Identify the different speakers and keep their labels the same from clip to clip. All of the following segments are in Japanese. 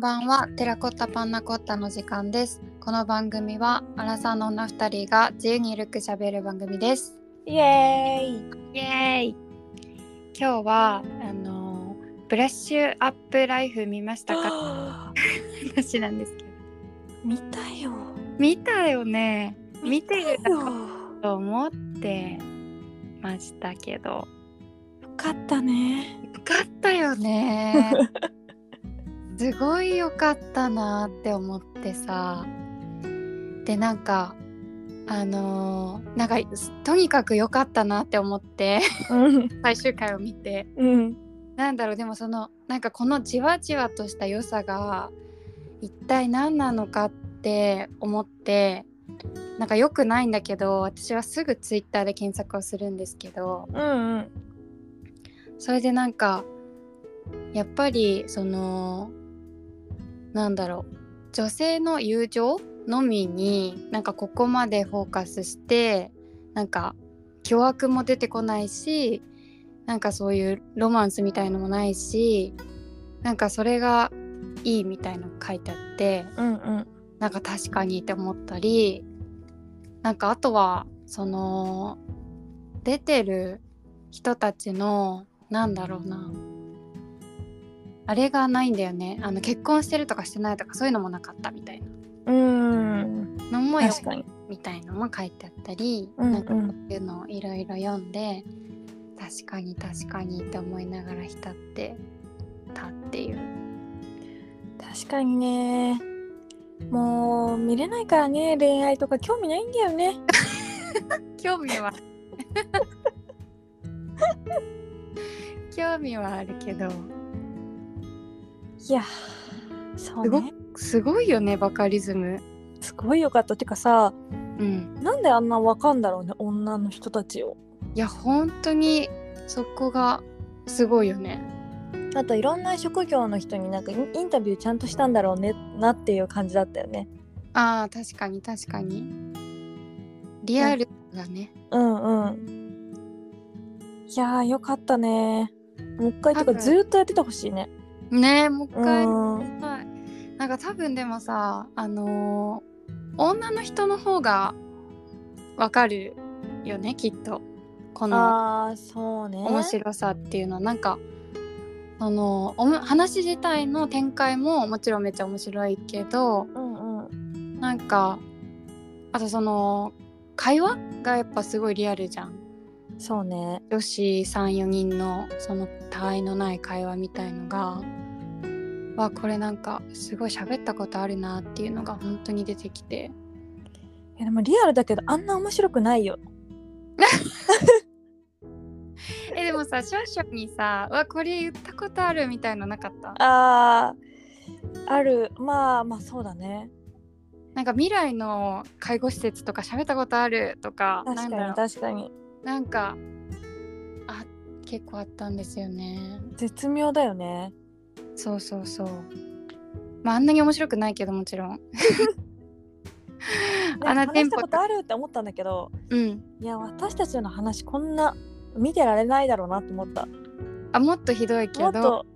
Speaker 1: ばんはテラコッタパンナコッタの時間ですこの番組はアラサーの女二人が自由にゆるく喋る番組です
Speaker 2: イエーイ
Speaker 1: イエーイ今日はあのブラッシュアップライフ見ましたか話なんですけど
Speaker 2: 見たよ
Speaker 1: 見たよね見てる
Speaker 2: たよよ
Speaker 1: と思ってましたけど
Speaker 2: かったね
Speaker 1: よかったよねすごいよかったなって思ってさでなんかあのーなんかとにかくよかったなって思って
Speaker 2: うん
Speaker 1: 最終回を見て
Speaker 2: うん
Speaker 1: なんだろうでもそのなんかこのじわじわとした良さが一体何なのかって思ってなんか良くないんだけど私はすぐツイッターで検索をするんですけど
Speaker 2: うん
Speaker 1: それでなんかやっぱりそのなんだろう女性の友情のみになんかここまでフォーカスしてなんか凶悪も出てこないしなんかそういうロマンスみたいのもないしなんかそれがいいみたいの書いてあって
Speaker 2: うんうん
Speaker 1: なんか確かにって思ったりなんかあとはその出てる人たちのなんだろうなあれがないんだよねあの結婚してるとかしてないとかそういうのもなかったみたいな
Speaker 2: うん
Speaker 1: のもよ
Speaker 2: 確かに
Speaker 1: みたいのも書いてあったり、
Speaker 2: うんうん
Speaker 1: なんかこういうのをいろいろ読んで確かに確かにって思いながら浸ってたっていう。
Speaker 2: 確かにねもう見れないからね恋愛とか興味ないんだよね
Speaker 1: 興味は興味はあるけど
Speaker 2: いやそう
Speaker 1: すご
Speaker 2: ね
Speaker 1: すごいよねバカリズム
Speaker 2: すごいよかったてかさ
Speaker 1: うん
Speaker 2: なんであんなわかんだろうね女の人たちを
Speaker 1: いや本当にそこがすごいよね
Speaker 2: あといろんな職業の人になんかインインタビューちゃんとしたんだろうねなっていう感じだったよね
Speaker 1: あー確かに確かにリアルがね
Speaker 2: うんうん。いやーよかったね。もう一回
Speaker 1: 多
Speaker 2: と
Speaker 1: 分
Speaker 2: かずーっとやっててほしいね。
Speaker 1: ねえもう一
Speaker 2: う
Speaker 1: 回、
Speaker 2: ん。
Speaker 1: はいなんか多分でもさあのー女の人の方がわかるよねきっとこの
Speaker 2: ああそうね。
Speaker 1: 面白さっていうのはなんかそのおも話自体の展開ももちろんめっちゃ面白いけど
Speaker 2: うんうん。
Speaker 1: なんかあとその会話がやっぱすごいリアルじゃん
Speaker 2: そうね。
Speaker 1: 女子34人のその他愛のない会話みたいのがわこれなんかすごい喋ったことあるなっていうのが本当に出てきて
Speaker 2: いやでもリアルだけどあんな面白くないよ。
Speaker 1: えでもさ少々にさわこれ言ったことあるみたいのなかった
Speaker 2: あああるまあまあそうだね。
Speaker 1: なんか未来の介護施設とか喋ったことあるとか
Speaker 2: 確
Speaker 1: なんだろう
Speaker 2: かに確かに
Speaker 1: なんかあ結構あったんですよね
Speaker 2: 絶妙だよね。
Speaker 1: そうそうそうまああんなに面白くないけどもちろ んあ
Speaker 2: な
Speaker 1: の
Speaker 2: んか
Speaker 1: テ
Speaker 2: 話
Speaker 1: ン
Speaker 2: した
Speaker 1: ポ
Speaker 2: ことあるって思ったんだけど、
Speaker 1: うん
Speaker 2: いや私たちの話こんな見てられないだろうなって思った。
Speaker 1: あもっとひどいけ
Speaker 2: も
Speaker 1: ど
Speaker 2: っと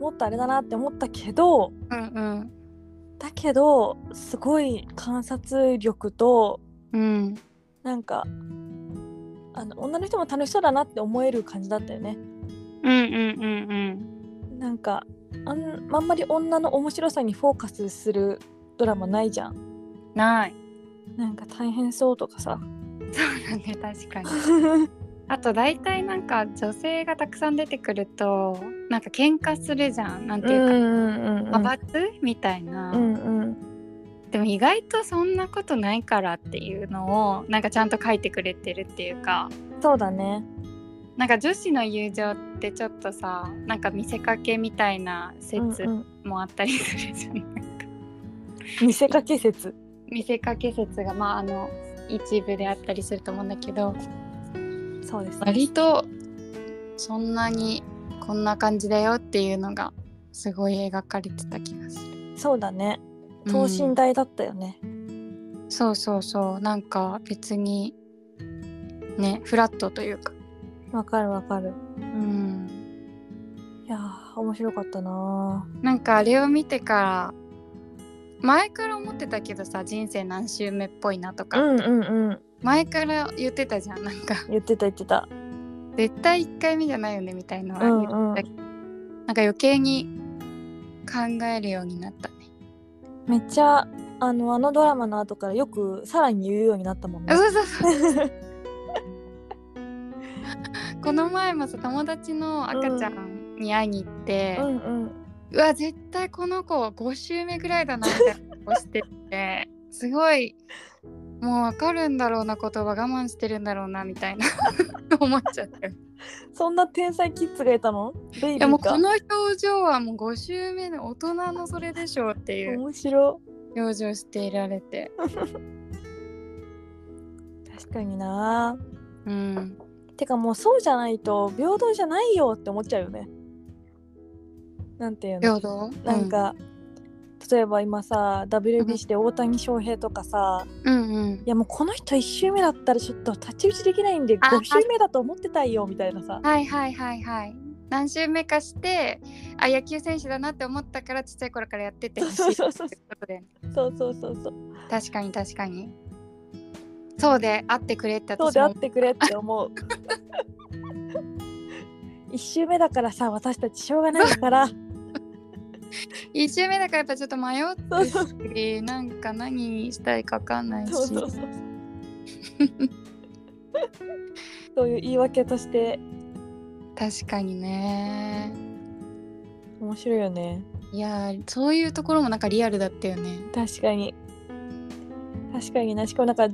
Speaker 2: もっとあれだなって思ったけど。
Speaker 1: うん
Speaker 2: だけどすごい観察力と
Speaker 1: うんうん
Speaker 2: なんかあの女の人も楽しそうだなって思える感じだったよね
Speaker 1: うんうんうんうん
Speaker 2: なんかあんあんまり女の面白さにフォーカスするドラマないじゃん
Speaker 1: ない
Speaker 2: なんか大変そうとかさ
Speaker 1: そうだね確かにあと大体なんか女性がたくさん出てくるとなんか喧嘩するじゃんなんていうか、
Speaker 2: ん
Speaker 1: 派閥みたいな、
Speaker 2: うんうん
Speaker 1: でも意外とそんなことないからっていうのをなんかちゃんと書いてくれてるっていうか
Speaker 2: そうだね
Speaker 1: なんか女子の友情ってちょっとさなんか見せかけみたいな説
Speaker 2: うんうん
Speaker 1: もあったりするじゃん、なんか
Speaker 2: 見せかけ説
Speaker 1: 見せかけ説がまああの一部であったりすると思うんだけど
Speaker 2: そうですね
Speaker 1: 割とそんなにこんな感じだよっていうのがすごい描かれてた気がする。
Speaker 2: そうだね等
Speaker 1: う
Speaker 2: 身
Speaker 1: ん
Speaker 2: 大だったよね、
Speaker 1: そうそうそうなんか別にねフラットというか。
Speaker 2: わかるわかる
Speaker 1: うん
Speaker 2: いやー面白かったな
Speaker 1: なんかあれを見てから前から思ってたけどさ人生何周目っぽいなとか、
Speaker 2: うんうんうん
Speaker 1: 前から言ってたじゃんなんか
Speaker 2: 言ってた言ってた
Speaker 1: 絶対1回目じゃないよねみたいなの
Speaker 2: うん
Speaker 1: は
Speaker 2: うん
Speaker 1: なんか余計に考えるようになったね。
Speaker 2: めっちゃあのあのドラマの後からよくさらに言うようになったもんね
Speaker 1: あそうそうそう。 この前もさ友達の赤ちゃんに会いに行って、
Speaker 2: う
Speaker 1: うん
Speaker 2: うん
Speaker 1: わ絶対この子5週目ぐらいだなみたいな顔しててすごいもう分かるんだろうな言葉我慢してるんだろうなみたいな 思っちゃったよ。
Speaker 2: そんな天才キッズがいたのベイ
Speaker 1: い
Speaker 2: ビ
Speaker 1: やもう
Speaker 2: ー
Speaker 1: こ
Speaker 2: か
Speaker 1: の表情はもう5週目の大人のそれでしょうっていう
Speaker 2: 面白
Speaker 1: 表情していられて。
Speaker 2: い確かにな
Speaker 1: うん
Speaker 2: てかもうそうじゃないと平等じゃないよって思っちゃうよねなんていうの
Speaker 1: 平等
Speaker 2: なん、か、例えば今さ WBC で大谷翔平とかさ、
Speaker 1: うん、うんうん
Speaker 2: いやもうこの人1周目だったらちょっと太刀打ちできないんで
Speaker 1: あ
Speaker 2: 5周目だと思ってたいよみたいなさ
Speaker 1: はいはいはいはい何周目かしてあ野球選手だなって思ったからちっちゃい頃からやっててほしい
Speaker 2: そうそうそうそう
Speaker 1: ってことで
Speaker 2: そうそうそうそう
Speaker 1: 確かに確かにそうで会ってくれって
Speaker 2: そう
Speaker 1: 私
Speaker 2: であっ
Speaker 1: も
Speaker 2: てくれって思 う1周目だからさ私たちしょうがないから
Speaker 1: 1周目だからやっぱちょっと迷
Speaker 2: そう
Speaker 1: っ
Speaker 2: そう
Speaker 1: てしなんか何にしたいか分かんないし
Speaker 2: そうそうそうそういう言い訳として
Speaker 1: 確かにね
Speaker 2: 面白いよね
Speaker 1: いやーそういうところもなんかリアルだったよね
Speaker 2: 確かに確かになしかもなんか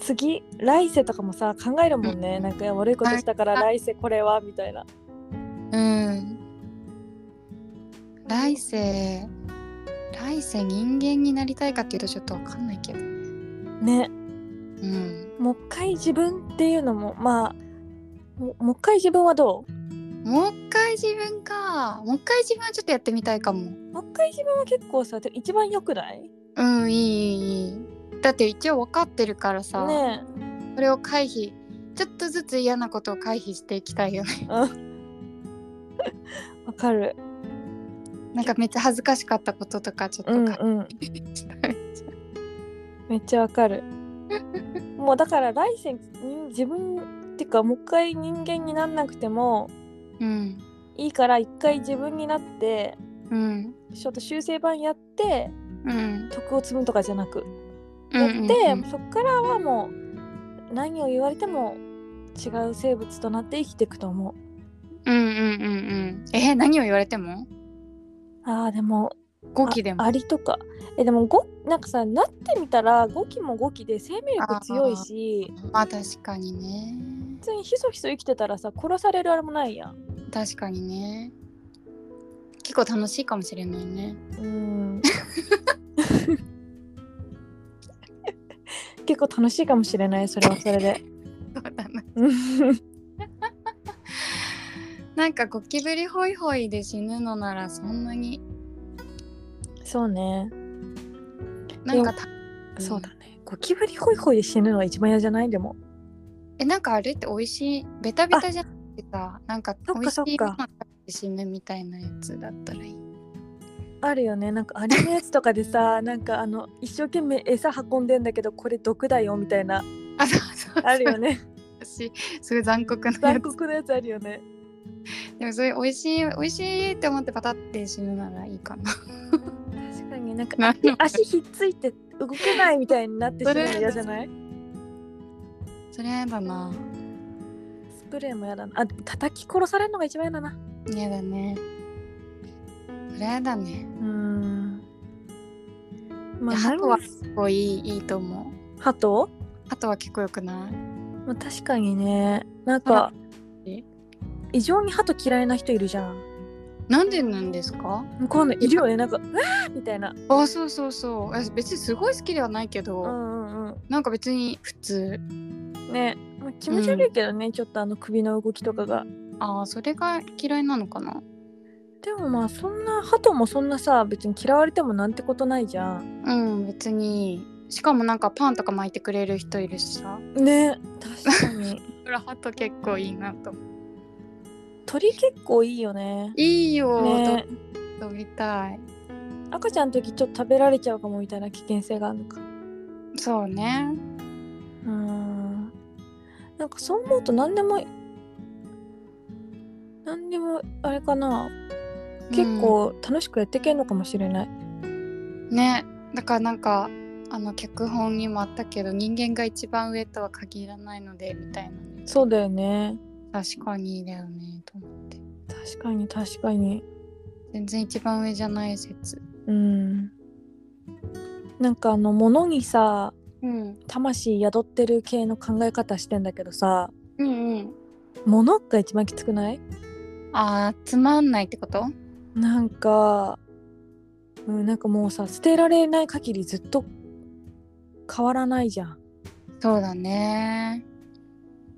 Speaker 2: 次来世とかもさ考えるもんね、
Speaker 1: うん
Speaker 2: なんかいや悪いことしたから来世これはみたいな
Speaker 1: うん来世来世人間になりたいかっていうとちょっと分かんないけど
Speaker 2: ね
Speaker 1: うん
Speaker 2: もう一回自分っていうのもまあももう一回自分はど
Speaker 1: もう一回自分か。もう一回自分はちょっとやってみたいかも。
Speaker 2: うもう一回自分は結構さて一番良くないね
Speaker 1: うん、いいいいいい。だって一応分かってるからさ、
Speaker 2: え
Speaker 1: それを回避、ちょっとずつ嫌なことを回避していきたいよね。
Speaker 2: わかる
Speaker 1: なんかめっちゃ恥ずかしかったこととかちょっと
Speaker 2: うん
Speaker 1: 回
Speaker 2: うん
Speaker 1: 避したい。
Speaker 2: めっちゃわかるもうだから来世に自分っていうかもう一回人間になんなくても
Speaker 1: うん。
Speaker 2: いいから一回自分になって
Speaker 1: うん。
Speaker 2: ちょっと修正版やって
Speaker 1: うん。
Speaker 2: 徳を積むとかじゃなく
Speaker 1: うん
Speaker 2: やっ
Speaker 1: うん
Speaker 2: て、
Speaker 1: うん
Speaker 2: そっからはもう何を言われても違う生物となって生きていくと思う
Speaker 1: うんうんうんうん。えー、何を言われても
Speaker 2: あーでも
Speaker 1: 語気でも。
Speaker 2: あアリとかえでもごなんかさなってみたら5期も5期で生命力強いし
Speaker 1: まあ確かにね。
Speaker 2: 普通にひそひそ生きてたらさ殺されるあれもないやん
Speaker 1: 確かにね。結構楽しいかもしれないね。
Speaker 2: うん 結構楽しいかもしれないそれはそれで
Speaker 1: そうだな。
Speaker 2: うん
Speaker 1: なんかゴキブリホイホイで死ぬのならそんなに
Speaker 2: そうね
Speaker 1: なんかた
Speaker 2: そうだねゴキブリホイホイで死ぬのは一番嫌じゃないでも
Speaker 1: えなんかあれって美味しいベタベタじゃなくてさなんか
Speaker 2: そっ
Speaker 1: 美
Speaker 2: か
Speaker 1: 味し
Speaker 2: そっか
Speaker 1: いもの食べて死ぬみたいなやつだったらいい
Speaker 2: あるよねなんかアニメやつとかで さなんかあの一生懸命餌運んでんだけどこれ毒だよみたい な
Speaker 1: あそうそうそう
Speaker 2: あるよね
Speaker 1: 私すごい残酷なや
Speaker 2: 残
Speaker 1: つ
Speaker 2: 酷なやつあるよね
Speaker 1: でもそれ美味しい美味しいって思ってパタって死ぬならいいかな
Speaker 2: 確かになんか
Speaker 1: 何の
Speaker 2: 足ひっついて動けないみたいになってしまうの嫌じゃない
Speaker 1: それやだな
Speaker 2: スプレーも嫌だなあ叩き殺されるのが一番嫌だな
Speaker 1: 嫌だねそれやだね
Speaker 2: うーんまあ
Speaker 1: いや鳩は
Speaker 2: 何
Speaker 1: すごいいいいいと思う
Speaker 2: 鳩
Speaker 1: あとは結構よくない
Speaker 2: まあ、確かにねなん
Speaker 1: あら
Speaker 2: か
Speaker 1: え
Speaker 2: 異常に鳩嫌いな人いるじゃん
Speaker 1: なんでなんですか
Speaker 2: 向こうのいるよねなんかうわーみたいな
Speaker 1: あそうそうそうえ別にすごい好きではないけど、
Speaker 2: うんうんう
Speaker 1: なんか別に普通
Speaker 2: んねまあ、気持ち悪いけどね、ちょっとあの首の動きとかが
Speaker 1: ああそれが嫌いなのかな
Speaker 2: でもまあそんな鳩もそんなさ別に嫌われてもなんてことないじゃん
Speaker 1: うん別にいいしかもなんかパンとか巻いてくれる人いるしさ
Speaker 2: ね確かに
Speaker 1: 裏ハト結構いいなと
Speaker 2: 鳥結構いいよね
Speaker 1: いいよ、
Speaker 2: ね
Speaker 1: 飛びたい
Speaker 2: 赤ちゃんの時ちょっと食べられちゃうかもみたいな危険性があるのか
Speaker 1: そうね
Speaker 2: うんなんかそう思うと何でも何でもあれかな結構楽しくやってけんのかもしれない、
Speaker 1: ねだからなんかあの脚本にもあったけど人間が一番上とは限らないのでみたいなね
Speaker 2: そうだよね
Speaker 1: 確かにだよねと思って
Speaker 2: 確かに確かに
Speaker 1: 全然一番上じゃない説
Speaker 2: うんなんかあの物にさ
Speaker 1: うん
Speaker 2: 魂宿ってる系の考え方してんだけどさ
Speaker 1: うんうん
Speaker 2: 物が一番きつくない
Speaker 1: あーつまんないってこと
Speaker 2: なんか、うん、なんかもうさ捨てられない限りずっと変わらないじゃん
Speaker 1: そうだね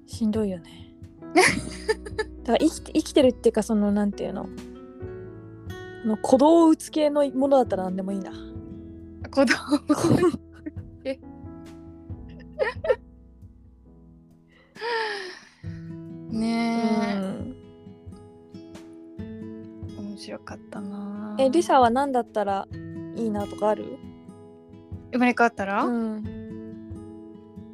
Speaker 2: しんどいよ ねだから生きて生きてるっていうかそのなんていうのあの鼓動を打つ系のものだったら何でもいいな
Speaker 1: 子供
Speaker 2: う
Speaker 1: ね
Speaker 2: ん
Speaker 1: え、面白かったな
Speaker 2: えリサは何だったらいいなとかある
Speaker 1: 生まれ変わったら、
Speaker 2: うん、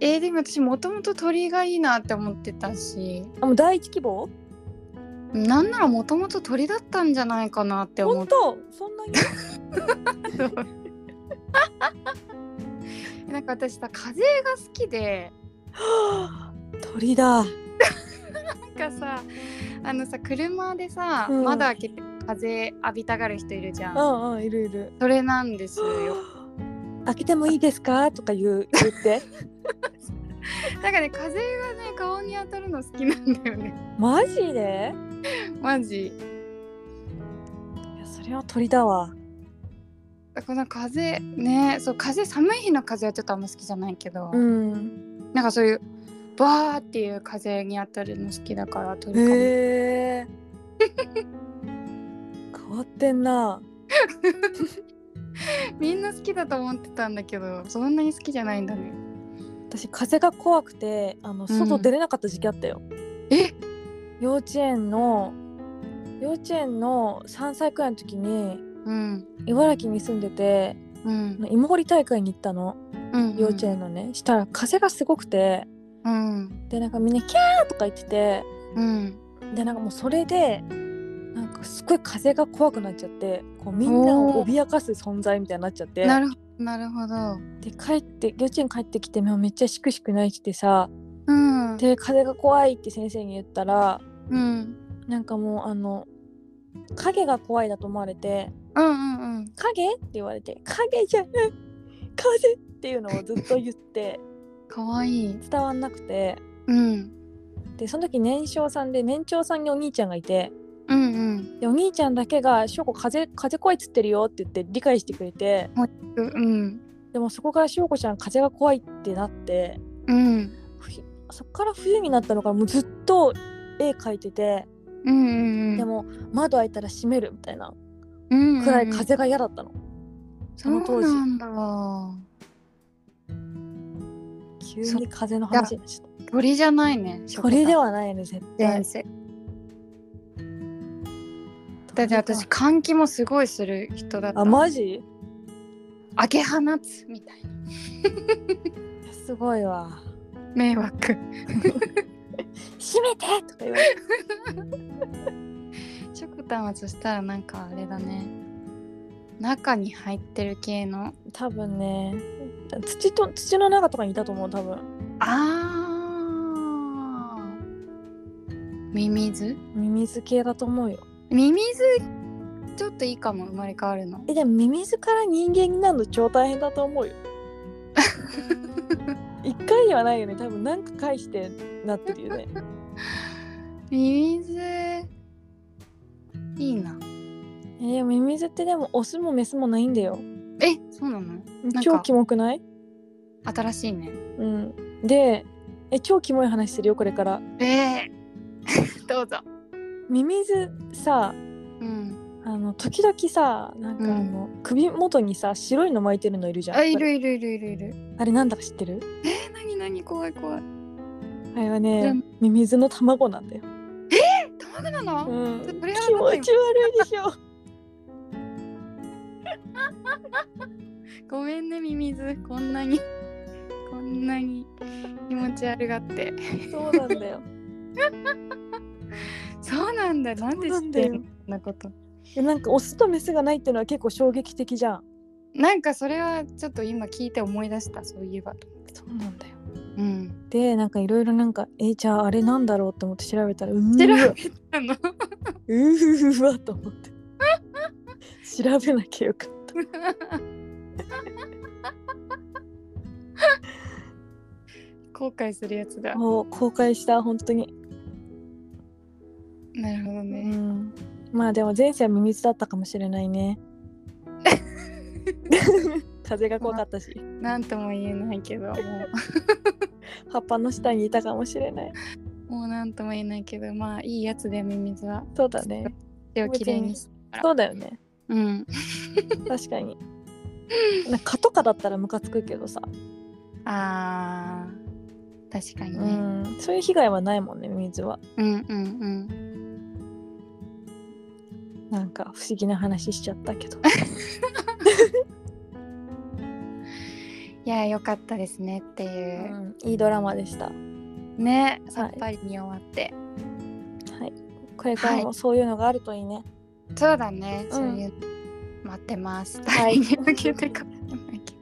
Speaker 1: えーでも私もともと鳥がいいなって思ってたし
Speaker 2: あもう第一希望
Speaker 1: なんならもともと鳥だったんじゃないかなって思
Speaker 2: 本
Speaker 1: っ
Speaker 2: 当 そんなに
Speaker 1: たなんか私さ風が好きで
Speaker 2: 鳥
Speaker 1: な
Speaker 2: だ
Speaker 1: んかさあのさ車でさ、
Speaker 2: うん
Speaker 1: 窓開けて風浴びたがる人いるじゃん、
Speaker 2: うんうんいるいる
Speaker 1: それなんですよ
Speaker 2: 開けてもいいですかとか言う言って
Speaker 1: なんかね風がね顔に当たるの好きなんだよね
Speaker 2: マジで
Speaker 1: マジ
Speaker 2: いやそれは鳥だわ
Speaker 1: だからなんか風ねそう風寒い日の風はちょっとあんま好きじゃないけど、
Speaker 2: ん
Speaker 1: なんかそういうバーっていう風に当たるの好きだから鳥かも、
Speaker 2: へ え変わってんな
Speaker 1: みんな好きだと思ってたんだけどそんなに好きじゃないんだね
Speaker 2: 私風が怖くてあの外出れなかった時期あったよ、
Speaker 1: え
Speaker 2: 幼稚園の幼稚園の3歳くらいの時に
Speaker 1: うん
Speaker 2: 茨城に住んでて
Speaker 1: うん
Speaker 2: 芋掘り大会に行ったの
Speaker 1: うん
Speaker 2: 幼稚園のね、したら風がすごくて
Speaker 1: うん
Speaker 2: でなんかみんな「キャー!」とか言ってて
Speaker 1: うん
Speaker 2: でなんかもうそれでなんかすごい風が怖くなっちゃってこうみんなを
Speaker 1: おー
Speaker 2: 脅かす存在みたいになっちゃって
Speaker 1: なるほどなるほど
Speaker 2: で帰って幼稚園帰ってきてもうめっちゃしくしく泣いててさ
Speaker 1: うん
Speaker 2: で風が怖いって先生に言ったら
Speaker 1: うん
Speaker 2: なんかもうあの影が怖いだと思われて
Speaker 1: うんうんうん
Speaker 2: 「影?」って言われて「影じゃない風」っていうのをずっと言って
Speaker 1: かわいい
Speaker 2: 伝わんなくて
Speaker 1: うん
Speaker 2: でその時年少さんで年長さんにお兄ちゃんがいて。
Speaker 1: うんうん
Speaker 2: でお兄ちゃんだけが「翔子風風怖いっつってるよ」って言って理解してくれて
Speaker 1: ううん
Speaker 2: でもそこから翔子ちゃん風が怖いってなって
Speaker 1: うん
Speaker 2: ふそこから冬になったのからもうずっと絵描いてて
Speaker 1: うんうんうん
Speaker 2: でも窓開いたら閉めるみたいな
Speaker 1: うんうん
Speaker 2: くらい風が嫌だったの、
Speaker 1: そ
Speaker 2: その当
Speaker 1: う
Speaker 2: 時
Speaker 1: なんだ
Speaker 2: 急に風の話になっちゃっ
Speaker 1: 鳥じゃないね
Speaker 2: たこれで
Speaker 1: は
Speaker 2: はないね絶対
Speaker 1: 全然だって私換気もすごいする人だった
Speaker 2: あマジ
Speaker 1: 開け放つみたいな
Speaker 2: すごいわ
Speaker 1: 迷惑
Speaker 2: 閉めてとか言われて
Speaker 1: しょこたんはそしたらなんかあれだね中に入ってる系の
Speaker 2: 多分ね土と土の中とかにいたと思う多分
Speaker 1: あーミミズ
Speaker 2: ミミズ系だと思うよ
Speaker 1: ミミズちょっといいかも生まれ変わるの
Speaker 2: えでもミミズから人間になるの超大変だ と思うよ一回ではないよね多分何か返してなってるよね
Speaker 1: ミミズいいな
Speaker 2: えーミミズってでもオスもメスもないんだよ
Speaker 1: えそうなのか
Speaker 2: 超キモくない
Speaker 1: 新しいね
Speaker 2: うんでえ超キモい話するよこれから
Speaker 1: えー、 どうぞ
Speaker 2: ミミズさ
Speaker 1: うん
Speaker 2: あの時々さなんかあの、首元にさ白いの巻いてるのいるじゃん
Speaker 1: あいるいるいるいるいる
Speaker 2: あれなんだか知ってる
Speaker 1: え何何怖い怖い
Speaker 2: あれは
Speaker 1: じゃ
Speaker 2: ね
Speaker 1: ん
Speaker 2: ミミズの卵なんだよ
Speaker 1: 卵ハグなの、
Speaker 2: うん、
Speaker 1: ちょっ
Speaker 2: 気
Speaker 1: と
Speaker 2: 持
Speaker 1: 取り払ってみよう
Speaker 2: ち悪いでしょ
Speaker 1: ごめんねミミズこんなにこんなに気持ち悪がって
Speaker 2: そうなんだよ
Speaker 1: そうなんだなんで知ってるのそんなこと
Speaker 2: いやなんかオスとメスがないっていうのは結構衝撃的じゃん
Speaker 1: なんかそれはちょっと今聞いて思い出したそういえばと
Speaker 2: そうなんだよ
Speaker 1: うん
Speaker 2: でなんかいろいろなんかえー、じゃああれなんだろうって思って調べたらう
Speaker 1: 調べ
Speaker 2: ーわ
Speaker 1: たの
Speaker 2: うーわと思って調べなきゃよかった
Speaker 1: 後悔するやつだ
Speaker 2: もう公開した本当に
Speaker 1: なるほど
Speaker 2: う
Speaker 1: ね
Speaker 2: んまあでも前世はミミズだったかもしれない ね風が怖かったし
Speaker 1: なんとも言えないけ ども
Speaker 2: 葉っぱの下にいたかもしれないう
Speaker 1: もうなんとも言えないけどまあいいやつでミミズは
Speaker 2: そうだね
Speaker 1: 手をきれいにし
Speaker 2: そうだよね
Speaker 1: うん
Speaker 2: 確かになんか蚊とかだったらムカつくけどさ、
Speaker 1: あー確かに
Speaker 2: う
Speaker 1: ね、
Speaker 2: ん、そういう被害はないもんねミミズは
Speaker 1: うん、うんうん
Speaker 2: なんか不思議な話しちゃったけど
Speaker 1: いやよかったですねっていうう、
Speaker 2: んいいドラマでした
Speaker 1: ねさっぱり見終わって、
Speaker 2: これからもそういうのがあるといいね
Speaker 1: そうだね、
Speaker 2: ん
Speaker 1: そういう待ってます
Speaker 2: は い
Speaker 1: 向けてかわかんないけ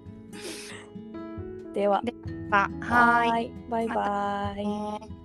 Speaker 1: ど
Speaker 2: では
Speaker 1: あはーい
Speaker 2: いバイバイ
Speaker 1: ね